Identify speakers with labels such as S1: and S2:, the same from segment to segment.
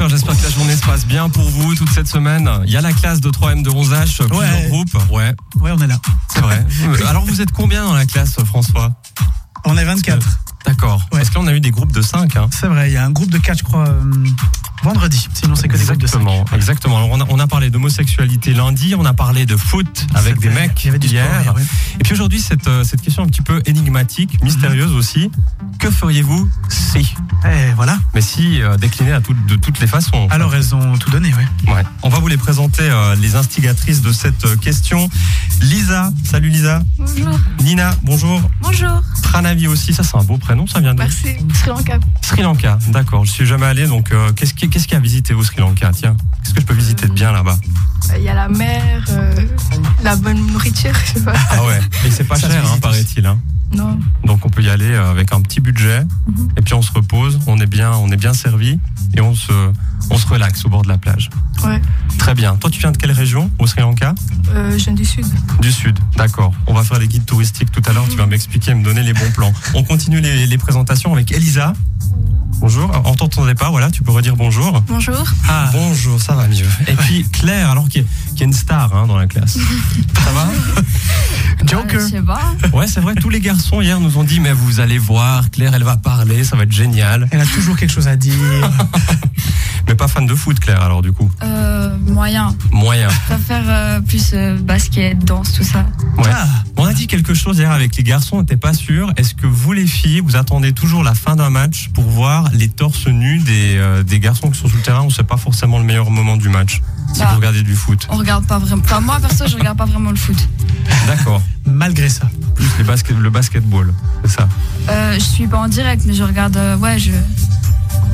S1: oh.
S2: passe bien pour vous toute cette semaine. Il y a la classe de 3M de 11H, plusieurs
S3: Ouais.
S2: groupes. Ouais,
S3: Ouais, on est là.
S2: c'est vrai. Alors vous êtes combien dans la classe, François
S3: On est 24.
S2: D'accord.
S3: Ouais.
S2: Parce que là, on a eu des groupes de 5. Hein.
S3: C'est vrai, il y a un groupe de 4, je crois, euh, vendredi. Sinon, c'est que des groupes de 5.
S2: Exactement, exactement. Alors, on, a, on a parlé d'homosexualité lundi, on a parlé de foot avec des mecs
S3: Il y avait du
S2: hier.
S3: sport. ouais.
S2: Et puis aujourd'hui, cette, euh, cette question un petit peu énigmatique, mystérieuse aussi. Que feriez-vous si
S3: Eh, voilà.
S2: Mais si euh, décliné à tout- de toutes les façons.
S3: Alors, elles ont tout donné, ouais.
S2: Ouais. On va vous les présenter, euh, les instigatrices de cette euh, question. Lisa, salut Lisa.
S1: Bonjour.
S2: Nina, bonjour.
S1: Bonjour.
S2: Pranavi aussi, ça c'est un beau prénom, ça vient de
S1: Merci. Sri Lanka.
S2: Sri Lanka. D'accord, je suis jamais allé, donc euh, qu'est-ce qui- qu'est-ce qu'il y a à visiter au Sri Lanka Tiens, qu'est-ce que je peux visiter de bien là-bas
S3: Euh.
S1: Il y a la mer, euh, la bonne nourriture, je sais pas.
S2: Ah ouais, et c'est pas
S3: Ça se
S2: cher, hein,
S3: visite
S2: paraît-il. hein.
S1: Non.
S2: Donc on peut y aller euh, avec un petit budget,
S1: Mhm.
S2: et puis on se repose, on est bien, on est bien servi, et on se, on se relaxe au bord de la plage.
S1: Ouais.
S2: Très bien. Toi, tu viens de quelle région au Sri Lanka
S1: Euh, je viens du sud.
S2: Du sud, d'accord. On va faire les guides touristiques tout à l'heure. Tu vas m'expliquer, me donner les bons plans. On continue les, les présentations avec Elisa. Bonjour. En t'entendais pas, voilà, tu peux redire bonjour.
S1: Bonjour.
S3: Ah,
S2: Bonjour, ça va mieux. Et puis Claire, alors qui est, qui est une star hein, dans la classe. Ça va
S3: Joker.
S1: Euh, je sais pas.
S2: Ouais, c'est vrai. Tous les garçons hier nous ont dit mais vous allez voir, Claire, elle va parler, ça va être génial.
S3: Elle a toujours quelque chose à dire.
S2: Mais pas fan de foot, Claire. Alors du coup,
S4: Euh, moyen.
S2: moyen.
S4: Je préfère euh, plus euh, basket, danse, tout ça.
S2: Ouais.
S3: Ah,
S2: On a dit quelque chose hier avec les garçons, on n'était pas sûr. Est-ce que vous, les filles, vous attendez toujours la fin d'un match pour voir les torses nus des, euh, des garçons qui sont sur le terrain ou c'est pas forcément le meilleur moment du match si
S4: Bah.
S2: vous regardez du foot
S4: On regarde pas vraiment. Enfin, moi, perso, je regarde pas vraiment le foot.
S2: D'accord.
S3: malgré ça.
S2: Plus les basket, le basketball, c'est ça.
S4: Euh, je suis pas en direct, mais je regarde. euh, ouais, je.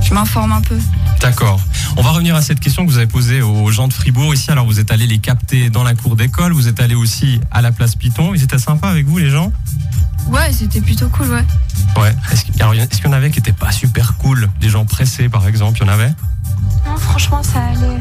S4: Je m'informe un peu.
S2: D'accord. On va revenir à cette question que vous avez posée aux gens de Fribourg ici. Alors vous êtes allés les capter dans la cour d'école, vous êtes allés aussi à la place Piton. Ils étaient sympas avec vous, les gens
S4: Ouais, c'était plutôt cool, ouais.
S2: Ouais. Est-ce qu'il alors, est-ce qu'il y en avait qui n'étaient pas super cool Des gens pressés, par exemple, il y en avait
S1: Non, franchement, ça allait.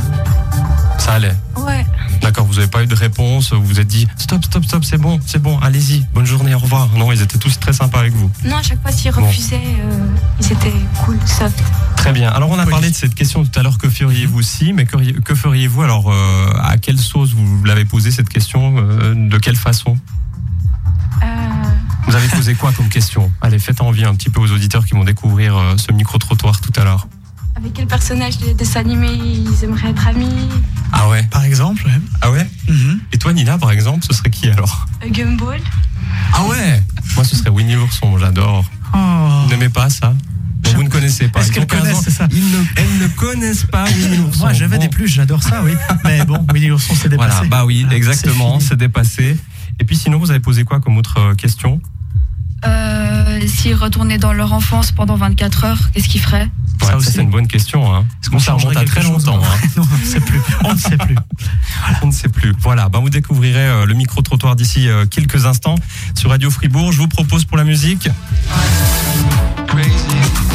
S2: Ça allait.
S1: Ouais.
S2: D'accord, vous n'avez pas eu de réponse, vous vous êtes dit stop, stop, stop, c'est bon, c'est bon, allez-y, bonne journée, au revoir. Non, ils étaient tous très sympas avec vous.
S1: Non, à chaque fois, s'ils
S2: Bon.
S1: refusaient, euh, ils étaient cool, soft.
S5: Euh,
S2: Très bien. Alors, on a
S3: Poli.
S2: parlé de cette question tout à l'heure, que feriez-vous si, mais que, que feriez-vous alors euh, À quelle sauce vous l'avez posée cette question euh, De quelle façon
S1: Euh,
S2: Vous avez posé quoi comme question Allez, faites envie un petit peu aux auditeurs qui vont découvrir euh, ce micro-trottoir tout à l'heure.
S1: avec quel personnage de dessin animé ils aimeraient être amis
S2: Ah ouais
S3: Par exemple, ouais.
S2: Ah ouais
S3: Mhm.
S2: Et toi, Nina, par exemple, ce serait qui alors
S1: Euh, Gumball
S2: Ah ouais Moi, ce serait Winnie l'ourson, j'adore. Vous
S3: Oh.
S2: n'aimez pas ça Bon,
S3: Je-
S2: Vous ne connaissez pas.
S3: Est-ce
S2: Ils
S3: qu'elles
S2: ont 15 ans.
S3: connaissent, c'est ça Eh, ah,
S2: Ils ne, elles ne connaissent pas Winnie l'ourson.
S3: Moi, j'avais
S2: Bon,
S3: des plus, j'adore ça, oui. Mais bon, Winnie l'ourson s'est dépassé.
S2: Voilà, bah oui,
S3: Voilà,
S2: exactement,
S3: c'est
S2: c'est dépassé. Et puis sinon, vous avez posé quoi comme autre euh, question
S4: Euh, S'ils retournaient dans leur enfance pendant 24 heures, qu'est-ce qu'ils feraient
S2: Ouais,
S3: Ça
S2: Ça,
S3: aussi.
S2: c'est une bonne question. Hein.
S3: Est-ce qu'on
S2: ça remonte
S3: changerait
S2: à très
S3: quelque chose,
S2: longtemps.
S3: non
S2: hein.
S3: Non, on ne sait plus. On ne sait plus.
S2: On ne sait plus. Voilà, bah, vous découvrirez euh, le micro-trottoir d'ici euh, quelques instants sur Radio Fribourg. Je vous propose pour la musique.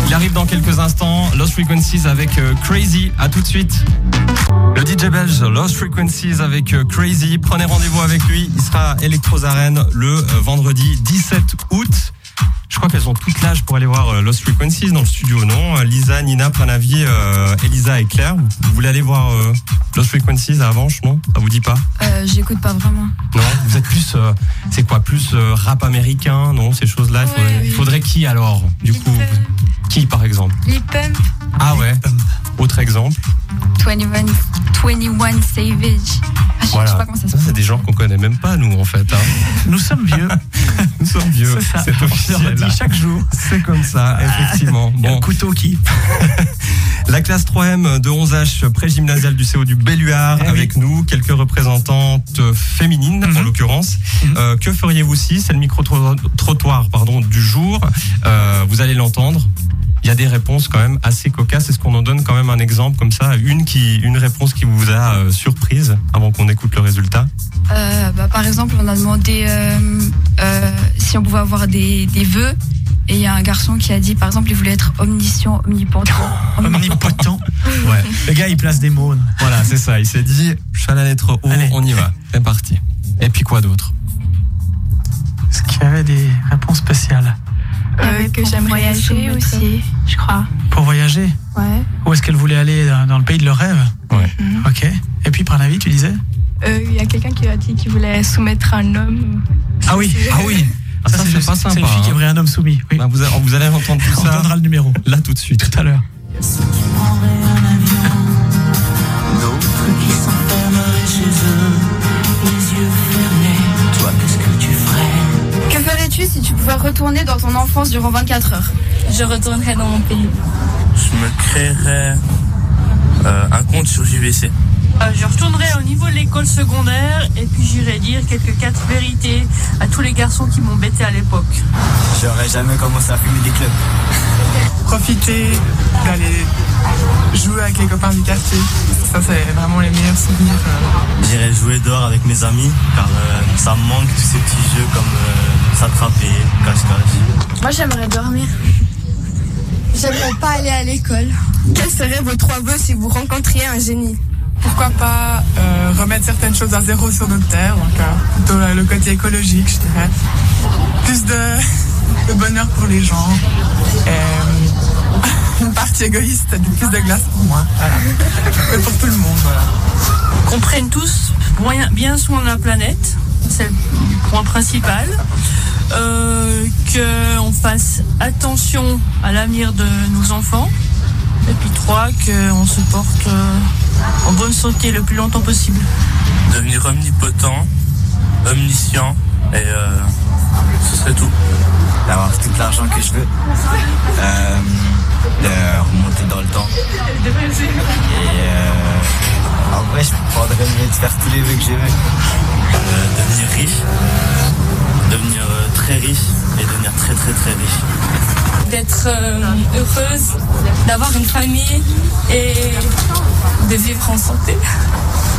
S2: Il arrive dans quelques instants, Lost Frequencies avec euh, Crazy. À tout de suite. Le DJ belge Lost Frequencies avec euh, Crazy. Prenez rendez-vous avec lui. Il sera à Electros Arena le euh, vendredi 17 août. Je crois qu'elles ont tout l'âge pour aller voir euh, Lost Frequencies dans le studio, non Euh, Lisa, Nina, Pranavi, euh, Elisa et Claire. Vous, vous voulez aller voir euh, Lost Frequencies à Avanche, non Ça vous dit pas
S4: euh, J'écoute pas vraiment.
S2: Non Vous êtes plus. euh, c'est quoi Plus euh, rap américain, non Ces choses-là Il faudrait,
S4: Ouais, oui.
S2: faudrait qui alors Du coup, qui par exemple
S4: Lip Pump,
S2: Ah ouais Autre exemple
S4: 21, 21 Savage. Ah, je- je, sais pas comment ça se
S2: Ça, c'est des gens qu'on connaît même pas, nous, en fait. hein.
S3: Nous sommes vieux.
S2: Nous sommes vieux.
S3: C'est ça.
S2: C'est
S3: On leur
S2: officiel.
S3: dit chaque jour.
S2: C'est comme ça, effectivement.
S3: Il y a
S2: Bon,
S3: un couteau qui.
S2: la classe 3M de 11H pré-gymnasiale du CO du Belluard
S3: Eh oui.
S2: avec nous, quelques représentantes féminines en
S3: Mhm.
S2: l'occurrence.
S3: Mhm.
S2: Euh, que feriez-vous si C'est le micro-trottoir pardon, du jour. Euh, vous allez l'entendre. Il y a des réponses quand même assez cocasses. Est-ce qu'on en donne quand même un exemple comme ça Une, qui, une réponse qui vous a euh, surprise avant qu'on écoute le résultat
S4: Euh, bah, par exemple, on a demandé euh, euh, si on pouvait avoir des, des vœux. Et il y a un garçon qui a dit, par exemple, il voulait être omniscient, omnipotent.
S3: Omnipotent.
S2: Ouais.
S3: Le gars, il place des mots.
S2: Voilà, c'est ça. Il s'est dit, je fais la lettre O,
S3: Allez.
S2: on y va. C'est parti. Et puis quoi d'autre
S3: Est-ce qu'il y avait des réponses spéciales
S1: Euh,
S4: Avec
S1: que
S4: pour
S1: j'aime
S4: voyager
S1: voyager aussi, je crois.
S3: Pour
S6: pour voyager.
S7: Ouais.
S6: Où est-ce qu'elle voulait aller dans- dans le pays de leurs rêves
S7: Mhm.
S6: Ok. Et puis par la vie, tu disais
S7: Euh, Il y a quelqu'un qui a dit qu'il voulait soumettre un homme.
S6: Ah oui, ah oui.
S2: Ah, ça, c'est
S6: juste-
S2: pas sympa.
S6: C'est une fille qui
S2: hein.
S6: aimerait un homme soumis. Oui.
S2: Bah, vous, a- vous allez entendre tout
S6: On
S2: ça
S6: donnera le numéro
S2: là tout de suite.
S6: tout à l'heure.
S8: D'autres qui s'enfermeraient chez eux, les yeux fermés. Toi, qu'est-ce que tu ferais
S5: Que ferais-tu si tu pouvais retourner dans ton enfance durant 24 heures
S1: Je retournerai dans mon pays.
S9: je me créerais euh, un compte sur JVC.
S4: Euh, je retournerai au niveau de l'école secondaire et puis j'irai dire quelques quatre vérités à tous les garçons qui m'embêtaient à l'époque.
S10: J'aurais jamais commencé à fumer des clubs.
S3: profiter d'aller jouer avec les copains du quartier. Ça, c'est vraiment les meilleurs souvenirs. euh.
S10: J'irais jouer dehors avec mes amis, car euh, ça me manque tous ces petits jeux comme euh, s'attraper, cache-cache.
S5: Moi, j'aimerais dormir. J'aimerais pas aller à l'école. Quels seraient vos trois vœux si vous rencontriez un génie
S3: Pourquoi pas euh, remettre certaines choses à zéro sur notre terre, donc euh, plutôt euh, le côté écologique, je dirais. Plus de, de bonheur pour les gens. Et, euh, une partie égoïste, du plus de glace pour moi. voilà. Et pour tout le monde, voilà.
S4: Qu'on prenne tous moyen- bien soin de la planète, c'est le point principal. Euh, qu'on fasse attention à l'avenir de nos enfants. Et puis trois, qu'on se porte euh, en bonne santé le plus longtemps possible.
S9: Devenir omnipotent, omniscient, et euh, ce serait tout.
S10: D'avoir tout l'argent que je veux. Euh, de remonter dans le temps. Et euh, en vrai, je prendrais le mieux de faire tous les vœux que j'ai veux.
S9: Euh, devenir riche, devenir euh, très riche et devenir très très très riche.
S1: D'être euh, heureuse, d'avoir une famille et de vivre en santé.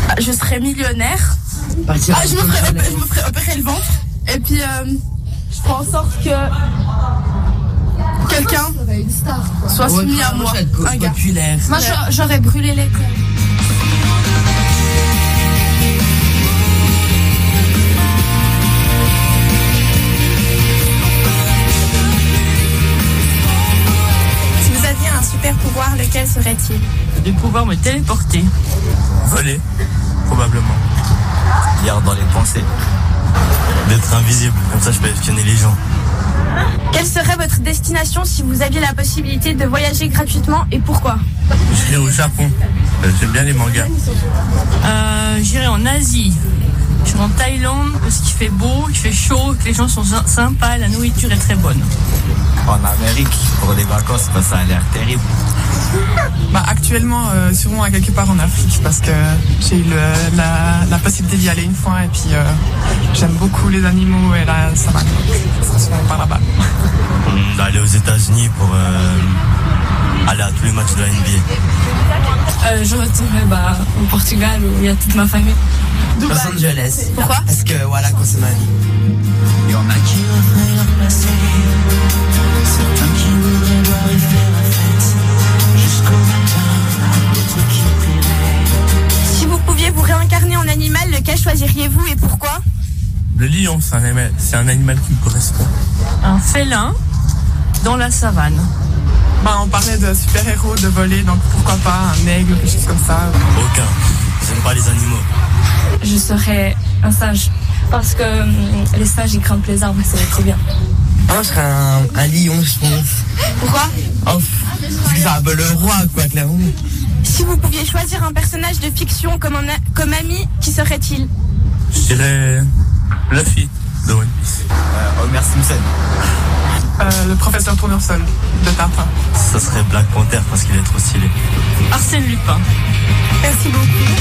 S5: Ah, Je serais millionnaire. Ah, je, me ferais, opé- je me ferais opérer le ventre. Et puis, euh, je ferais en sorte que quelqu'un soit soumis à moi. Un gars.
S8: Populaire.
S5: Moi, j'aurais brûlé l'école.
S1: Si vous aviez un super pouvoir, lequel serait-il
S4: De pouvoir me téléporter.
S9: Voler, probablement.
S10: Lire dans les pensées. D'être invisible, comme ça je peux espionner les gens.
S5: Quelle serait votre destination si vous aviez la possibilité de voyager gratuitement et pourquoi
S9: J'irai au Japon. Euh, J'aime bien les mangas.
S4: Euh, J'irai en Asie. J'irai en Thaïlande parce qu'il fait beau, il fait chaud, que les gens sont sy- sympas, la nourriture est très bonne.
S10: En Amérique, pour les vacances, bah, ça a l'air terrible.
S3: Bah, actuellement, euh, sûrement à quelque part en Afrique, parce que j'ai eu le- la, la possibilité d'y aller une fois, et puis euh, j'aime beaucoup les animaux, et là, ça va. C'est souvent par là-bas.
S10: Hum, D'aller aux États-Unis pour euh, aller à tous les matchs de la NBA.
S1: Euh, Je retournerai bah, au Portugal où il y a toute ma famille.
S8: Los Angeles. Pourquoi Parce que voilà, quoi, c'est ma vie.
S10: Il y en a qui
S8: Rêver leur passé. Certains qui voudraient boire et faire la fête jusqu'au matin. D'autres qui prieraient.
S5: Si vous pouviez vous réincarner en animal, lequel choisiriez-vous et pourquoi
S9: Le lion, c'est un, animal- c'est un animal qui me correspond.
S4: Un félin dans la savane.
S3: Bah, on parlait de super-héros, de voler, donc pourquoi pas un aigle, quelque chose comme ça.
S10: Aucun. J'aime pas les animaux.
S1: Je serai un singe. Parce que hum, les singes, ils grimpent les arbres, c'est trop bien.
S8: Moi, je serais un, un lion, je pense.
S5: Pourquoi
S8: Oh, pff, parce que c'est un peu le roi, quoi, clairement.
S5: Si vous pouviez choisir un personnage de fiction comme, un a- comme ami, qui serait-il
S9: J'irai Luffy de One Piece.
S10: Euh, Homer Simpson.
S3: Euh, le professeur Tournesol de Tintin.
S10: Ça serait Black Panther parce qu'il est trop stylé.
S4: Arsène Lupin.
S3: Merci beaucoup.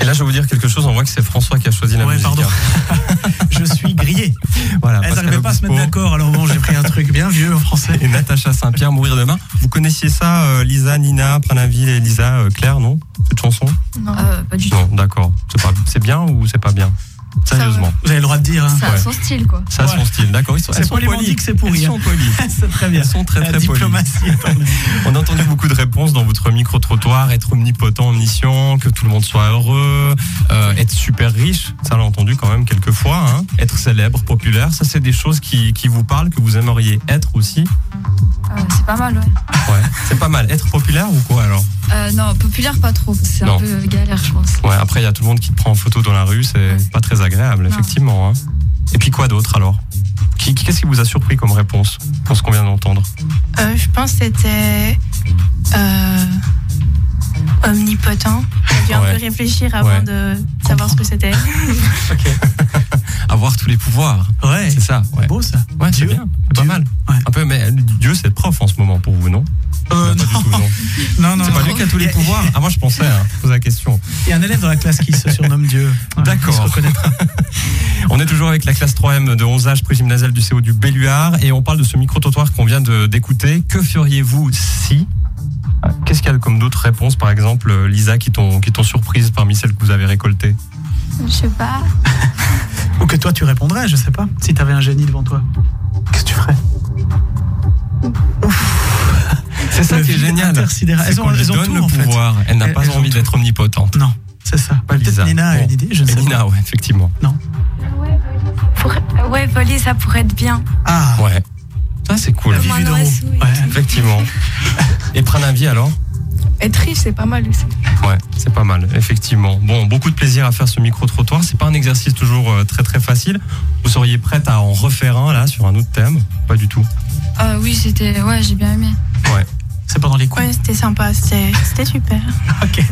S2: Et là, je vais vous dire quelque chose. On voit que c'est François qui a choisi la
S6: Ouais,
S2: musique.
S6: pardon.
S2: hein.
S6: Je suis grillé.
S2: Voilà.
S6: Elles
S2: Pascal
S6: n'arrivaient pas à se mettre
S2: Obispo
S6: d'accord, alors bon, j'ai pris un truc bien vieux en français.
S2: Et Natacha Saint-Pierre, Mourir demain. Vous connaissiez ça, euh, Lisa, Nina, Pranaville et Lisa euh, Claire, non Cette chanson
S5: euh, Pas du
S2: Non, d'accord. C'est pas- C'est bien ou c'est pas bien Sérieusement.
S3: Vous avez le droit de dire. hein.
S5: Ça a son style, quoi.
S2: Ça a son style, d'accord. ils sont- elles
S3: C'est
S2: sont polies.
S3: polymandique, c'est pourri.
S6: hein.
S2: Elles sont polies.
S3: c'est très bien.
S2: Elles sont très
S3: La
S2: très polies.
S3: diplomatie est en
S2: On a entendu beaucoup de réponses dans votre micro-trottoir, être omnipotent, omniscient, que tout le monde soit heureux, euh, être super riche, ça l'a entendu quand même quelques fois, hein. être célèbre, populaire, ça c'est des choses qui, qui vous parlent, que vous aimeriez être aussi.
S5: Euh, c'est pas mal, ouais.
S2: Ouais, c'est pas mal. Être populaire ou quoi alors
S5: Euh, non, populaire, pas trop. C'est
S2: Non.
S5: un peu galère, je pense.
S2: Ouais, après il y a tout le monde qui te prend en photo dans la rue, c'est pas très agréable effectivement. hein. Et puis quoi d'autre alors Qui- qui- Qu'est-ce qui vous a surpris comme réponse pour ce qu'on vient d'entendre
S11: Euh, je pense que c'était euh, omnipotent. J'ai dû un
S2: Ouais.
S11: peu réfléchir avant
S2: Ouais.
S11: de savoir ce que c'était.
S2: Avoir tous les pouvoirs.
S3: Ouais.
S2: C'est ça. Ouais.
S3: beau ça. Euh,
S2: Ouais, c'est bien. C'est pas mal. Un peu, mais Dieu c'est prof en ce moment pour vous, non
S3: Euh,
S2: Pas du tout, non.
S3: Non, non,
S2: C'est pas
S3: non.
S2: lui qui a tous les pouvoirs. Ah, moi je pensais, hein, je posais la question.
S3: Il y a un élève dans la classe qui se surnomme Dieu.
S2: D'accord. on est toujours avec la classe 3M de 11 âge pré-gymnasiale du CO du Belluard et on parle de ce micro-trottoir qu'on vient de- d'écouter. Que feriez-vous si Ah, Qu'est-ce qu'il y a comme d'autres réponses, par exemple, euh, Lisa, qui t'ont qui t'ont surprise parmi celles que vous avez récoltées
S11: Je sais pas.
S3: Ou que toi tu répondrais, je sais pas, si t'avais un génie devant toi. Qu'est-ce que tu ferais
S2: C'est ça
S3: Le
S2: qui est
S3: vide
S2: génial.
S3: intersidéral.
S2: C'est
S3: Elles ont-
S2: qu'on lui
S3: elles ont
S2: donne
S3: tout,
S2: le
S3: en fait.
S2: pouvoir. Elle n'a
S3: Elles-
S2: pas
S3: elles
S2: envie d'être omnipotente.
S3: Non, c'est ça. Bah, Peut-être
S2: Lisa.
S3: Nina a
S2: Bon.
S3: une idée, je ne
S2: Et
S3: sais pas.
S2: Nina, ouais, effectivement.
S5: euh, Ouais, voler, ça pourrait être bien.
S3: Ah
S2: Ouais. Ça, c'est cool.
S5: Comme un Vividoro. OS, oui.
S2: Ouais, effectivement. Et Pranavi, alors
S1: Être riche, c'est pas mal aussi.
S2: Ouais, c'est pas mal, effectivement. Bon, beaucoup de plaisir à faire ce micro-trottoir. C'est pas un exercice toujours euh, très très facile. Vous seriez prête à en refaire un, là, sur un autre thème Pas du tout.
S5: Ah oui, c'était. Ouais, j'ai bien aimé.
S2: Ouais.
S3: C'est pendant les cours.
S11: Ouais, c'était sympa, c'était c'était super.
S3: ok.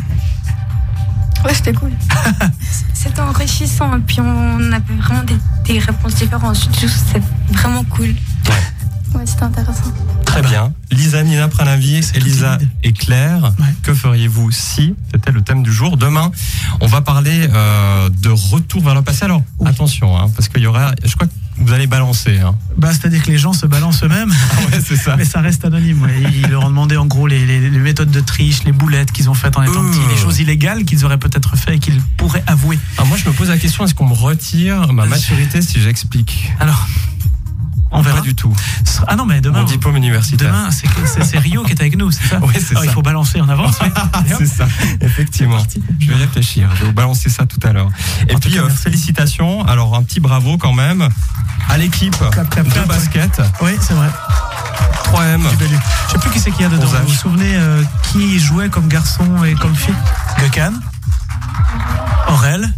S11: Ouais, c'était cool.
S5: C'était enrichissant et puis on avait vraiment des, des réponses différentes. Je trouve que C'est vraiment cool.
S11: Ouais, c'était intéressant.
S2: Très bien. Lisa, Nina, Pranavi, Elisa et Claire, que feriez-vous si C'était le thème du jour. Demain, on va parler euh, de retour vers le passé. Alors, attention, hein, parce qu'il y aura. Je crois que vous allez balancer. hein.
S3: Bah, c'est-à-dire que les gens se balancent eux-mêmes.
S2: ouais, c'est ça.
S3: Ah, Mais ça reste anonyme. ouais. Ils leur ont demandé en gros les, les- les méthodes de triche, les boulettes qu'ils ont faites en étant petits, les choses illégales qu'ils auraient peut-être fait et qu'ils pourraient avouer.
S2: Ah, moi, je me pose la question est-ce qu'on me retire ma maturité si j'explique
S3: Alors, on verra.
S2: Pas du tout.
S3: Ah non, mais demain.
S2: Mon diplôme universitaire.
S3: Demain, c'est que- c'est c'est Rio qui est avec nous, c'est ça
S2: Ouais, c'est
S3: Alors, Il
S2: ça.
S3: faut balancer en avance. mais-
S2: c'est ça, effectivement. Je vais réfléchir, je vais vous balancer ça tout à l'heure. Et puis, euh, félicitations. Alors, un petit bravo quand même à l'équipe de basket.
S3: Oui, c'est vrai.
S2: 3M.
S3: Je sais plus qui c'est qu'il y a dedans.
S2: Onze
S3: Vous vous souvenez euh, qui jouait comme garçon et comme fille Gökhan Aurel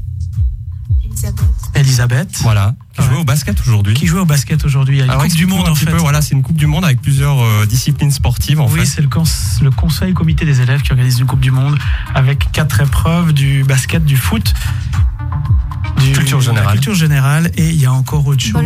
S3: Elisabeth.
S2: Voilà. Qui jouait au basket aujourd'hui.
S3: Ah Qui jouait au basket aujourd'hui. Il y a une
S2: Alors,
S3: Coupe du
S2: explique-nous
S3: Monde
S2: un
S3: en
S2: petit
S3: fait.
S2: peu. Voilà, c'est une Coupe du Monde avec plusieurs euh, disciplines sportives en
S3: oui,
S2: fait.
S3: c'est le, cons- le conseil comité des élèves qui organise une Coupe du Monde avec quatre épreuves du basket, du foot, du
S2: Culture générale.
S3: la culture générale et il y a encore autre chose.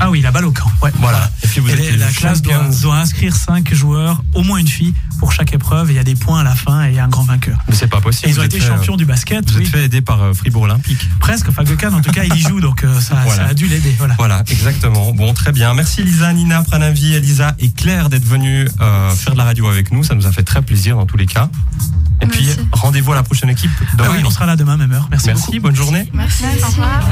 S3: ah oui, la balle au camp. Ouais.
S2: Voilà. Et puis vous
S3: Et
S2: êtes les
S3: la classe doit,
S2: champions.
S3: doit inscrire cinq joueurs, au moins une fille, pour chaque épreuve. Et il y a des points à la fin et il y a un grand vainqueur.
S2: Mais c'est pas possible.
S3: Et ils ont
S2: vous êtes
S3: été
S2: fait, euh,
S3: champions du basket.
S2: Vous
S3: oui.
S2: êtes fait aider par euh, Fribourg Olympique.
S3: Presque. Enfin, Gökhan, en tout cas, il y joue, donc euh, ça,
S2: Voilà.
S3: ça a dû l'aider. Voilà.
S2: Voilà, exactement. Bon, très bien. Merci Lisa, Nina, Pranavi, Elisa et Claire d'être venues euh, faire de la radio avec nous. Ça nous a fait très plaisir dans tous les cas. Et puis,
S3: Merci.
S2: rendez-vous à la prochaine équipe
S3: Ah
S2: demain.
S3: oui, on sera là demain, même heure. Merci, beaucoup.
S2: bonne journée.
S4: Merci. Au revoir.